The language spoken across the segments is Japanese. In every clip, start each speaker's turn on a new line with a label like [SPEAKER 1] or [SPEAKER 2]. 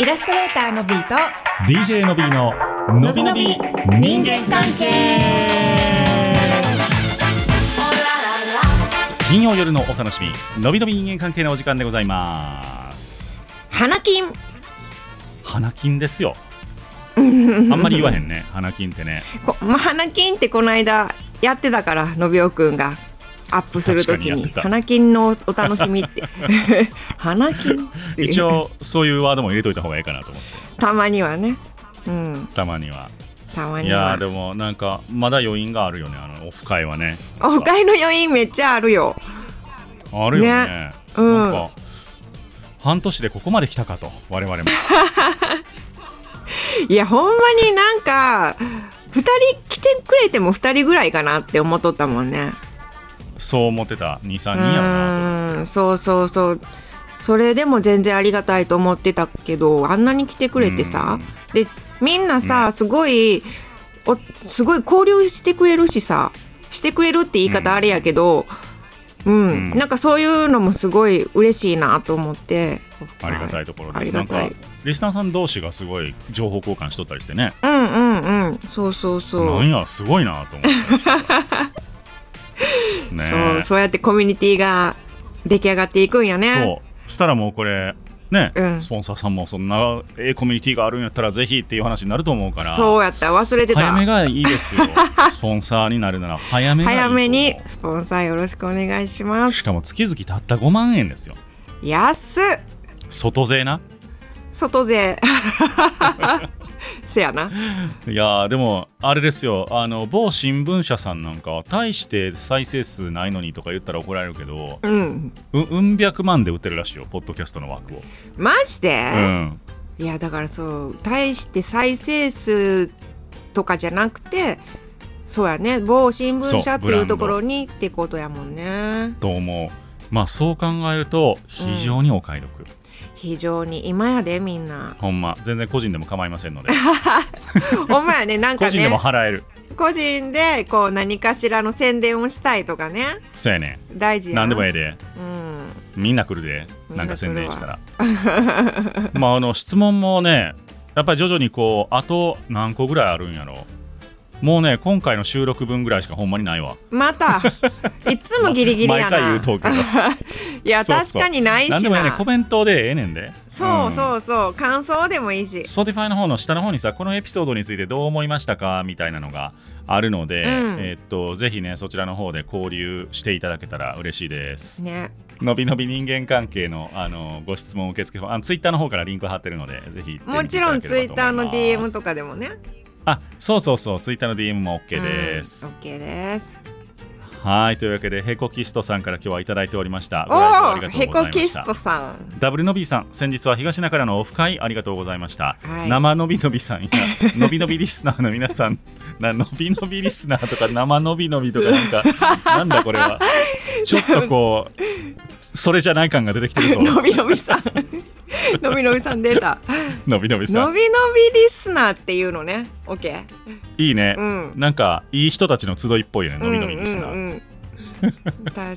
[SPEAKER 1] イラストレーターのビーと
[SPEAKER 2] DJ のびーののびのび人間関係金曜夜のお楽しみのびのび人間関係のお時間でございます
[SPEAKER 1] 花金
[SPEAKER 2] 花金です よあんまり言わへんね花金ってね
[SPEAKER 1] こ、まあ、花金ってこの間やってたからのびおくんがアップするとき
[SPEAKER 2] 確かに
[SPEAKER 1] に
[SPEAKER 2] やってた
[SPEAKER 1] 花金のお楽しみって 花金って
[SPEAKER 2] 一応そういうワードも入れといた方がいいかなと思って
[SPEAKER 1] たまにはねうん
[SPEAKER 2] たまには
[SPEAKER 1] たま
[SPEAKER 2] い
[SPEAKER 1] に
[SPEAKER 2] やー
[SPEAKER 1] は
[SPEAKER 2] でもなんかまだ余韻があるよねあのオフ会はね
[SPEAKER 1] お会の余韻めっちゃあるよ
[SPEAKER 2] あるよね
[SPEAKER 1] ねうん
[SPEAKER 2] なんか半年でここまで来たかと我々も
[SPEAKER 1] いやほんまになんか2人来てくれても2人ぐらいかなって思っとったもんね
[SPEAKER 2] そう思ってた23人
[SPEAKER 1] う
[SPEAKER 2] やろな
[SPEAKER 1] ーんそうそうそうそれでも全然ありがたいと思ってたけどあんなに来てくれてさでみんなさ、すごいおすごい交流してくれるしさしてくれるって言い方あれやけどうん、
[SPEAKER 2] うん
[SPEAKER 1] なんかそういうのもすごい嬉しいなと思って
[SPEAKER 2] ありがたいところ
[SPEAKER 1] あ
[SPEAKER 2] で
[SPEAKER 1] り
[SPEAKER 2] す。な
[SPEAKER 1] が
[SPEAKER 2] ん
[SPEAKER 1] た
[SPEAKER 2] か
[SPEAKER 1] い
[SPEAKER 2] リスナーさん同士がすごい情報交換しとったりしてね、
[SPEAKER 1] うんうんうんそうそうそう
[SPEAKER 2] なんやすごいなと思って。ね
[SPEAKER 1] そ
[SPEAKER 2] え
[SPEAKER 1] うそうやってコミュニティが出来上がっていくんやね
[SPEAKER 2] そうしたらもうこれね、
[SPEAKER 1] うん
[SPEAKER 2] スポンサーさんもそんなええコミュニティがあるんやったらぜひっていう話になると思うから。
[SPEAKER 1] そうやった忘れてた
[SPEAKER 2] 早めがいいで すよ。スポンサーになるなら早めがいいと
[SPEAKER 1] 早
[SPEAKER 2] 思う
[SPEAKER 1] めにスポンサーよろしくお願いしま
[SPEAKER 2] し
[SPEAKER 1] す。
[SPEAKER 2] かも月々たった5万円ですよ。
[SPEAKER 1] 安っ
[SPEAKER 2] 外税な。
[SPEAKER 1] 外税 せやな。
[SPEAKER 2] いやーでもあれですよあの某新聞社さんなんかは大して再生数ないのにとか言ったら怒られるけど
[SPEAKER 1] うん。
[SPEAKER 2] ううん百万で売ってるらしいよポッドキャストの枠を、
[SPEAKER 1] マジで
[SPEAKER 2] う、ん、
[SPEAKER 1] いやだからそう大して再生数とかじゃなくてそうやね某新聞社って
[SPEAKER 2] そうブラン
[SPEAKER 1] い
[SPEAKER 2] ド
[SPEAKER 1] うところにってことやもんね。
[SPEAKER 2] と思うまあそう考えると非常にお買い得、
[SPEAKER 1] 非常に今やでみん な。
[SPEAKER 2] ほんま全然個人でも構いませ んので
[SPEAKER 1] お前やねなん
[SPEAKER 2] 個
[SPEAKER 1] か
[SPEAKER 2] 人でも
[SPEAKER 1] ね
[SPEAKER 2] 払える
[SPEAKER 1] 個人でこう何かしらの宣伝をしたいとかね
[SPEAKER 2] そうやね
[SPEAKER 1] 大事や
[SPEAKER 2] 何でもえ
[SPEAKER 1] い
[SPEAKER 2] えで
[SPEAKER 1] うん。
[SPEAKER 2] みんな来るで
[SPEAKER 1] みんな
[SPEAKER 2] な
[SPEAKER 1] ん
[SPEAKER 2] か宣伝
[SPEAKER 1] 来
[SPEAKER 2] し
[SPEAKER 1] る
[SPEAKER 2] た
[SPEAKER 1] わ
[SPEAKER 2] ら まああの質問もねやっぱり徐々にこうあと何個ぐらいあるんやろもうね今回の収録分ぐらいしかほんまにないわ
[SPEAKER 1] また いつもギリギリやな。
[SPEAKER 2] 毎回言うと うけど
[SPEAKER 1] いや
[SPEAKER 2] そう
[SPEAKER 1] 確
[SPEAKER 2] そう
[SPEAKER 1] かにないしな。
[SPEAKER 2] 何でもええねコメントでええねんで
[SPEAKER 1] そう
[SPEAKER 2] うん
[SPEAKER 1] そうそう感想でもいいし。
[SPEAKER 2] Spotify の方の下の方にさこのエピソードについてどう思いましたかみたいなのがあるので、
[SPEAKER 1] うん
[SPEAKER 2] えーっとぜひねそちらの方で交流していただけたら嬉しいです。
[SPEAKER 1] ね。
[SPEAKER 2] のびのび人間関係のあのご質問受付フォームあの Twitter の方からリンク貼ってるのでぜひ行ってみていた
[SPEAKER 1] も
[SPEAKER 2] だけ
[SPEAKER 1] ち
[SPEAKER 2] れば
[SPEAKER 1] ろ
[SPEAKER 2] と思
[SPEAKER 1] ん
[SPEAKER 2] います
[SPEAKER 1] ツイッターの DM とかでもね。
[SPEAKER 2] あそうそうそう Twitter の DM も OK です。
[SPEAKER 1] うん OK です。
[SPEAKER 2] はいというわけでヘコキストさんから今日はいただいておりました。
[SPEAKER 1] お
[SPEAKER 2] ご来場あり
[SPEAKER 1] お
[SPEAKER 2] がと
[SPEAKER 1] ヘ
[SPEAKER 2] うござ
[SPEAKER 1] コ
[SPEAKER 2] いました
[SPEAKER 1] キストさん。
[SPEAKER 2] ダブルのびーさん、先日は東中からのオフ会ありがとうございました。
[SPEAKER 1] はい
[SPEAKER 2] 生のびのび さんや、のびのびリスナーの皆さん、なのびのびリスナーとか、生のびのびとか、なん か、なんだこれは。ちょっとこう、それじゃない感が出てきてるぞ、
[SPEAKER 1] のびのびさ ん。のびのびさん出た。
[SPEAKER 2] のびのびさ
[SPEAKER 1] の
[SPEAKER 2] ん。
[SPEAKER 1] びのびリスナーっていうのね。OK。
[SPEAKER 2] いいね、
[SPEAKER 1] うん
[SPEAKER 2] なんか、いい人たちの集いっぽいよね、のびのびリスナ
[SPEAKER 1] う
[SPEAKER 2] ー。
[SPEAKER 1] んうんうん確 か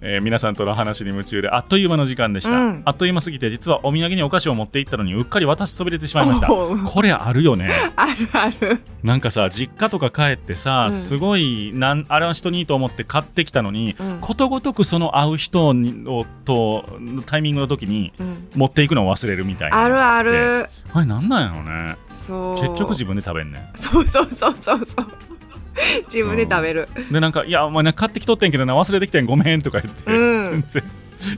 [SPEAKER 2] えー皆さんとの話に夢中であっという間の時間でした、
[SPEAKER 1] うん
[SPEAKER 2] あっという間すぎて実はお土産にお菓子を持って行ったのにうっかり渡しそびれてしまいました
[SPEAKER 1] おう
[SPEAKER 2] これあるよね
[SPEAKER 1] に。あるある。
[SPEAKER 2] なんかさ実家とか帰ってさ、
[SPEAKER 1] うん
[SPEAKER 2] すごいなんあれは人にいいと思って買ってきたのに、
[SPEAKER 1] うん
[SPEAKER 2] ことごとくその会う人にをとタイミングの時に
[SPEAKER 1] うん
[SPEAKER 2] 持っていくのを忘れるみたいな
[SPEAKER 1] あるあ
[SPEAKER 2] で
[SPEAKER 1] る。
[SPEAKER 2] あれなんなんや
[SPEAKER 1] そう。
[SPEAKER 2] ろね結局自分で食べんね
[SPEAKER 1] そうそうそうそうそう。自分で食べる。
[SPEAKER 2] んでなんか「いやお前な買ってきとってんけどな忘れてきてんごめん」とか言って、
[SPEAKER 1] うん
[SPEAKER 2] 全然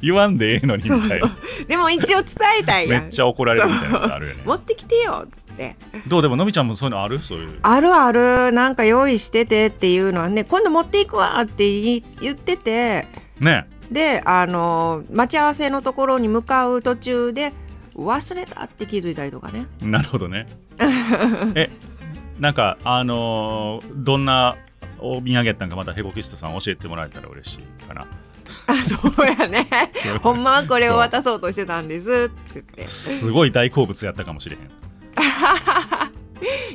[SPEAKER 2] 言わんでええのにみ
[SPEAKER 1] そうそ
[SPEAKER 2] たいな
[SPEAKER 1] う。でも一応伝えたい
[SPEAKER 2] め
[SPEAKER 1] や
[SPEAKER 2] っ
[SPEAKER 1] ん。
[SPEAKER 2] ちゃ怒られるみたいなことあるよね
[SPEAKER 1] 持ってきてよっつって。
[SPEAKER 2] どうでものびちゃんもそういうのあるそういう
[SPEAKER 1] あるあるなんか用意しててっていうのはね今度持っていくわって言い言ってて
[SPEAKER 2] ね
[SPEAKER 1] であの待ち合わせのところに向かう途中で忘れたって気づいたりとかね。
[SPEAKER 2] なるほどねえなんかあのーどんなお土産やったんかまたヘボキストさん教えてもらえたら嬉しいかな
[SPEAKER 1] あそうやね。ほんまはこれを渡そうとしてたんですって言って。
[SPEAKER 2] すごい大好物やったかもしれへん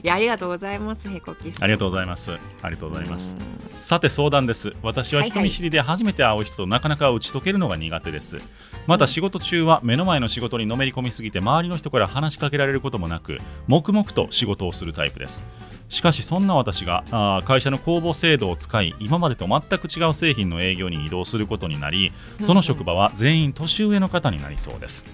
[SPEAKER 1] いやありがとうございますヘコキス
[SPEAKER 2] ありがとうございますありがとうございますさて相談です私は人見知りで初めて会う人となかなか打ち解けるのが苦手ですまた仕事中は目の前の仕事にのめり込みすぎて周りの人から話しかけられることもなく黙々と仕事をするタイプですしかしそんな私があー会社の公募制度を使い今までと全く違う製品の営業に移動することになりその職場は全員年上の方になりそうです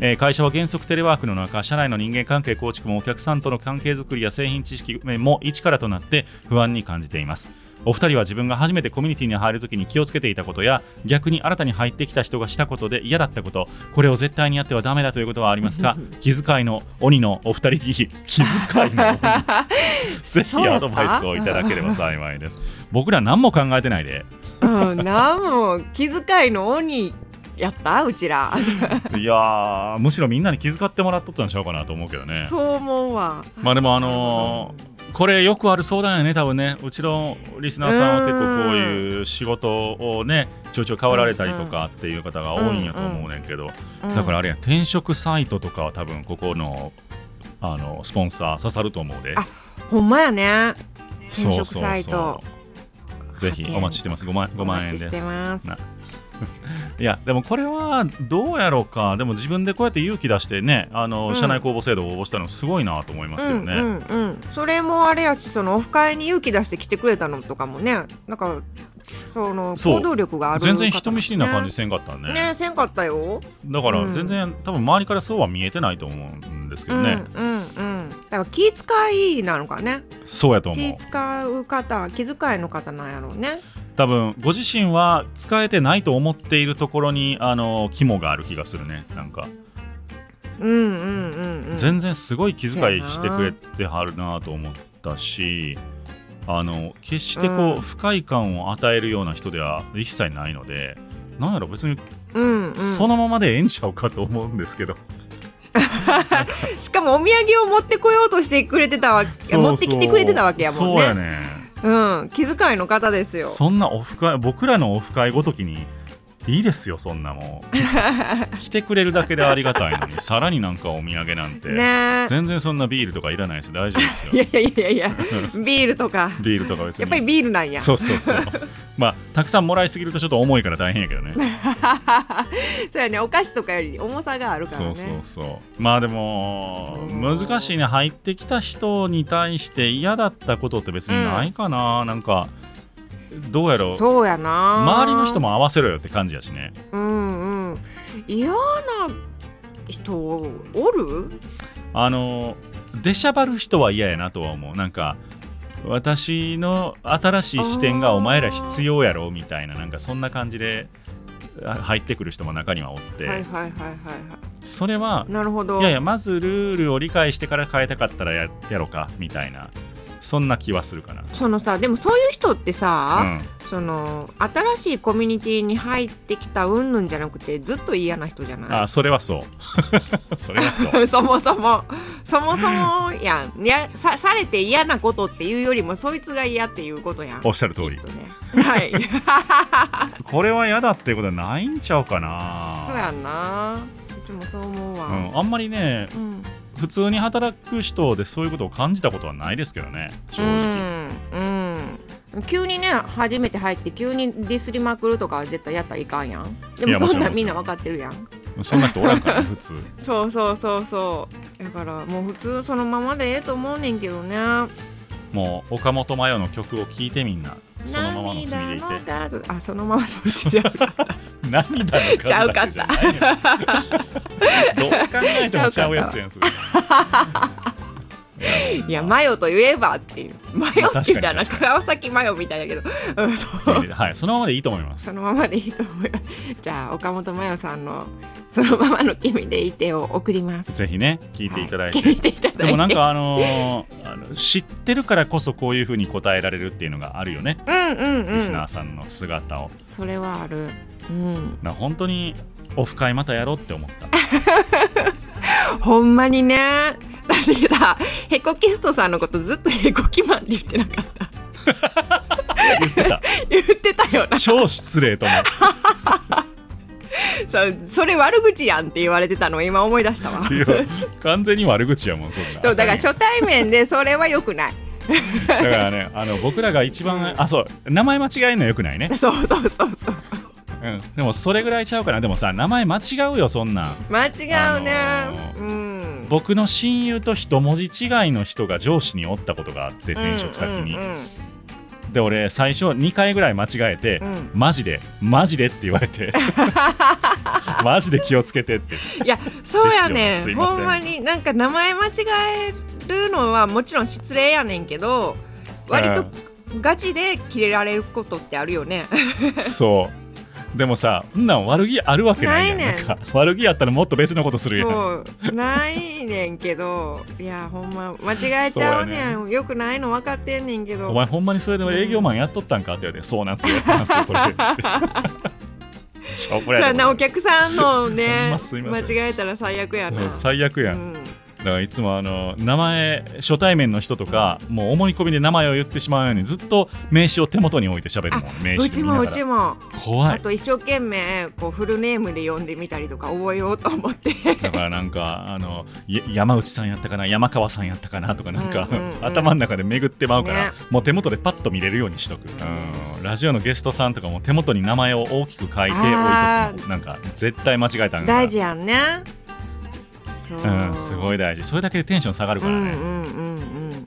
[SPEAKER 2] えー会社は原則テレワークの中社内の人間関係構築もお客さんとの関係づくりや製品知識面も一からとなって不安に感じていますお二人は自分が初めてコミュニティに入るときに気をつけていたことや逆に新たに入ってきた人がしたことで嫌だったことこれを絶対にやってはダメだということはありますか気遣いの鬼のお二人に気遣いの鬼ぜひアドバイスをいただければ幸いです僕ら何も考えてないで
[SPEAKER 1] うんなんも気遣いの鬼やったうちら
[SPEAKER 2] いやーむしろみんなに気遣ってもらっとったんちゃうかなと思うけどね
[SPEAKER 1] そう思うわ
[SPEAKER 2] まあでもあのーこれよくある相談やね多分ねうちのリスナーさんは結構こういう仕事をねちょいちょい変わられたりとかっていう方が多いんやと思うねんけどだからあれや転職サイトとかは多分ここのあのスポンサー刺さると思うで
[SPEAKER 1] あほんまやね
[SPEAKER 2] そう
[SPEAKER 1] 転職サイト
[SPEAKER 2] うぜひお待ちしてます5万5万円で
[SPEAKER 1] お
[SPEAKER 2] す
[SPEAKER 1] 待ちしてます
[SPEAKER 2] ないやでもこれはどうやろうかでも自分でこうやって勇気出してねあの、
[SPEAKER 1] うん
[SPEAKER 2] 社内公募制度を応募したのすごいなと思いますけどね、
[SPEAKER 1] うんうんうん、それもあれやしそのオフ会に勇気出して来てくれたのとかもねなんかその
[SPEAKER 2] そう
[SPEAKER 1] 行動力がある
[SPEAKER 2] 全然人見知りな感じせんかった
[SPEAKER 1] ね
[SPEAKER 2] ね
[SPEAKER 1] ねせんかったよ、
[SPEAKER 2] だから
[SPEAKER 1] うん
[SPEAKER 2] 全然、多分周りからそうは見えてないと思うんですけ
[SPEAKER 1] う
[SPEAKER 2] ど
[SPEAKER 1] んうん
[SPEAKER 2] ね、
[SPEAKER 1] うんだから気遣いなのかね
[SPEAKER 2] そうやと思
[SPEAKER 1] 気
[SPEAKER 2] う
[SPEAKER 1] 使う方気遣いの方なんやろうね
[SPEAKER 2] 多分ご自身は使えてないと思っているところにあの肝がある気がするねなんか、
[SPEAKER 1] うんうんうんうん
[SPEAKER 2] 全然すごい気遣いしてくれてはるなと思ったしあの決してこう、
[SPEAKER 1] うん
[SPEAKER 2] 不快感を与えるような人では一切ないのでなんやろ別に
[SPEAKER 1] うんうん
[SPEAKER 2] そのままでええんちゃうかと思うんですけど、
[SPEAKER 1] しかもお土産を持ってこようとしてくれてたわけ
[SPEAKER 2] そうそう
[SPEAKER 1] 持ってきてくれてたわけやもんね
[SPEAKER 2] そうやね
[SPEAKER 1] うん、気遣いの方ですよ
[SPEAKER 2] そんなオフ会僕らのオフ会ごときにいいですよそんなも う来てくれるだけでありがたいのにさらになんかお土産なんて、
[SPEAKER 1] ね
[SPEAKER 2] 全然そんなビールとかいらないです大丈夫ですよ
[SPEAKER 1] いやいやいやいやビールとか
[SPEAKER 2] ビールとか別に
[SPEAKER 1] やっぱりビールなんや
[SPEAKER 2] そうそうそうまあたくさんもらいすぎるとちょっと重いから大変やけどね
[SPEAKER 1] そうやねお菓子とかより重さがあるからね
[SPEAKER 2] そうそうそうまあでも
[SPEAKER 1] そう
[SPEAKER 2] 難しいね入ってきた人に対して嫌だったことって別にないかな、なんかどうやろう
[SPEAKER 1] そうやな
[SPEAKER 2] 周りの人も合わせろよって感じやしね
[SPEAKER 1] うんうん嫌な人おる
[SPEAKER 2] あの出しゃばる人は嫌やなとは思うなんか私の新しい視点がお前ら必要やろみたいななんかそんな感じであ入ってくる人も中にはおって、
[SPEAKER 1] はいはいはいはいは
[SPEAKER 2] それはい
[SPEAKER 1] なるほど
[SPEAKER 2] いやいやまずルールを理解してから変えたかったらややろかみたいなそんな気はするかな。
[SPEAKER 1] そのさでもそういう人って
[SPEAKER 2] う
[SPEAKER 1] さ、
[SPEAKER 2] ん
[SPEAKER 1] その新しいコミュニティに入ってきたうんぬんじゃなくてずっと嫌な人じゃない
[SPEAKER 2] あそれはそうそれはそ う
[SPEAKER 1] そもそもそもそもやんやさされて嫌なことっていうよりもそいつが嫌っていうことやん
[SPEAKER 2] おっしゃる通
[SPEAKER 1] き
[SPEAKER 2] り
[SPEAKER 1] っとねはい
[SPEAKER 2] これは嫌だっていうことはないんちゃうかな
[SPEAKER 1] そうやんないつもそう思うわ、
[SPEAKER 2] うん、あんまりね
[SPEAKER 1] うん、
[SPEAKER 2] 普通に働く人でそういうことを感じたことはないですけどね正直、
[SPEAKER 1] うん、うん、急にね初めて入って急にディスりまくるとかは絶対やったらいかんやんで
[SPEAKER 2] い
[SPEAKER 1] も
[SPEAKER 2] やもち
[SPEAKER 1] そん
[SPEAKER 2] ろん
[SPEAKER 1] なんみんな分かってるやん
[SPEAKER 2] そんな人おらんからね普通
[SPEAKER 1] そうそうそうそうだからもう普通そのままでええと思うねんけどね
[SPEAKER 2] もう岡本真代の曲を聴いてみんなそのままの君でいて
[SPEAKER 1] 涙のダーあそのままそっちで
[SPEAKER 2] 涙の数だけじゃないよどう考えてもちゃうやつやんす
[SPEAKER 1] いやマヨと言えばっていうマヨって言ったら
[SPEAKER 2] 確かに確かに
[SPEAKER 1] 川崎マヨみたいだけど、うん、そう
[SPEAKER 2] はいそのままでいいと思いま
[SPEAKER 1] そ
[SPEAKER 2] す
[SPEAKER 1] のままでいいと思いますじゃあ岡本真代さんの「そのままの君でいて」を送ります
[SPEAKER 2] ぜひね聞いていただいて、
[SPEAKER 1] 聞いていただいて
[SPEAKER 2] でもなんかあのーあの知ってるからこそこういうふうに答えられるっていうのがあるよね、
[SPEAKER 1] うんうんう
[SPEAKER 2] リスナ
[SPEAKER 1] ん
[SPEAKER 2] ーさんの姿を
[SPEAKER 1] それはあるうん
[SPEAKER 2] な本当にオフ会またやろうって思った
[SPEAKER 1] ほんまにね私さヘコキストさんのことずっとヘコキマンって言ってなかった
[SPEAKER 2] 言ってた
[SPEAKER 1] 言ってたよな
[SPEAKER 2] 超失礼と思う
[SPEAKER 1] そうそれ悪口やんって言われてたのを今思い出したわ
[SPEAKER 2] いや完全に悪口やもんそんな
[SPEAKER 1] そうだから初対面でそれはよくない
[SPEAKER 2] だからねあの僕らが一番、あそう名前間違えるのよくないね、
[SPEAKER 1] そうそうそうそうそう
[SPEAKER 2] うん、でもそれぐらいちゃうかなでもさ名前間違うよそんなん
[SPEAKER 1] 間違うね、
[SPEAKER 2] あのー
[SPEAKER 1] うん
[SPEAKER 2] 僕の親友と一文字違いの人が上司におったことがあって転職先に、
[SPEAKER 1] うんうんうん
[SPEAKER 2] で俺最初2回ぐらい間違えて、
[SPEAKER 1] うん
[SPEAKER 2] マジでマジでって言わ れてマジで気をつけてって
[SPEAKER 1] いやそうやね
[SPEAKER 2] ですよねすい
[SPEAKER 1] ん
[SPEAKER 2] ませ
[SPEAKER 1] ほ
[SPEAKER 2] ん
[SPEAKER 1] んまになんか名前間違えるのはもちろん失礼やねんけど割とガチでキレられることってあるよね
[SPEAKER 2] そうでもさんなん悪気あるわけないやん
[SPEAKER 1] ないねん
[SPEAKER 2] なんか悪気あったらもっと別のことするやん
[SPEAKER 1] そうないねんけどいやほんま間違えちゃう
[SPEAKER 2] そう
[SPEAKER 1] ねんよくないの分かってんねんけど
[SPEAKER 2] お前ほんまにそれでも営業マンやっとったんかって言われて、そうなんすよやってますよこれでつ ってちょこ
[SPEAKER 1] そ
[SPEAKER 2] れ
[SPEAKER 1] うやなお客さんの ね
[SPEAKER 2] ほんま
[SPEAKER 1] 間
[SPEAKER 2] すいません
[SPEAKER 1] 違えたら最悪やな、
[SPEAKER 2] 最悪や
[SPEAKER 1] う
[SPEAKER 2] ん、
[SPEAKER 1] ん
[SPEAKER 2] だからいつもあの名前初対面の人とか、もう思い込みで名前を言ってしまうようにずっと名刺を手元に置いて喋るもん名刺
[SPEAKER 1] う
[SPEAKER 2] 見
[SPEAKER 1] ち
[SPEAKER 2] な
[SPEAKER 1] も
[SPEAKER 2] が
[SPEAKER 1] う
[SPEAKER 2] ら
[SPEAKER 1] ちも、
[SPEAKER 2] 怖
[SPEAKER 1] あ
[SPEAKER 2] い
[SPEAKER 1] と一生懸命こうフルネームで呼んでみたりとか覚えようと思 って
[SPEAKER 2] だからなんかあのや山内さんやったかな山川さんやったかなとかなんか、
[SPEAKER 1] うんうんうん
[SPEAKER 2] 頭の中で巡ってまうから、
[SPEAKER 1] ね
[SPEAKER 2] もう手元でパッと見れるようにしとく、うんラジオのゲストさんとかも手元に名前を大きく書いて置いとく
[SPEAKER 1] あー
[SPEAKER 2] のなんか絶対間違えたん
[SPEAKER 1] 大事やんね。そう
[SPEAKER 2] うん、すご
[SPEAKER 1] い。
[SPEAKER 2] い大事それだけでテンション下がる
[SPEAKER 1] う
[SPEAKER 2] からね、
[SPEAKER 1] んうんうんうん。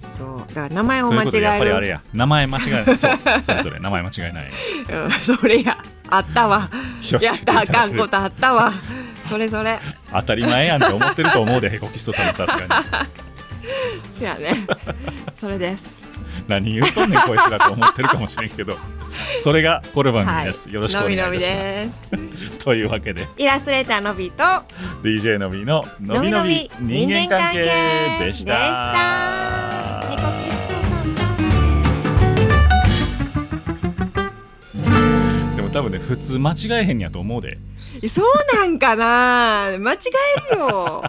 [SPEAKER 1] そう、だから名前を
[SPEAKER 2] ということで
[SPEAKER 1] 間
[SPEAKER 2] やっ
[SPEAKER 1] 違
[SPEAKER 2] ぱりあ
[SPEAKER 1] え
[SPEAKER 2] れ
[SPEAKER 1] る。
[SPEAKER 2] や名前間違え ないそうそうそれぞれ名前間違えない
[SPEAKER 1] うん、それや、あったわ。
[SPEAKER 2] 気をつけ
[SPEAKER 1] や
[SPEAKER 2] て
[SPEAKER 1] っ
[SPEAKER 2] いた
[SPEAKER 1] た、
[SPEAKER 2] だ
[SPEAKER 1] あ
[SPEAKER 2] け
[SPEAKER 1] かん
[SPEAKER 2] る
[SPEAKER 1] ことあったわ。それそれ、
[SPEAKER 2] 当たり前やんって思ってると思うでヘコキストさんもさすがに
[SPEAKER 1] そや ね。それです。
[SPEAKER 2] 何言うとんねんこいつらと思ってるかもしれんけどそれがこの番組です、よろしくお願いい
[SPEAKER 1] の
[SPEAKER 2] た
[SPEAKER 1] びのび
[SPEAKER 2] しま
[SPEAKER 1] ですす。
[SPEAKER 2] というわけで
[SPEAKER 1] イラストレーターのびと。
[SPEAKER 2] DJ のびののびのび人間関係で
[SPEAKER 1] でし
[SPEAKER 2] した
[SPEAKER 1] たニコキストさんだ
[SPEAKER 2] でも多分ね普通間違えへんやと思うで
[SPEAKER 1] えそうなんかな間違えるよ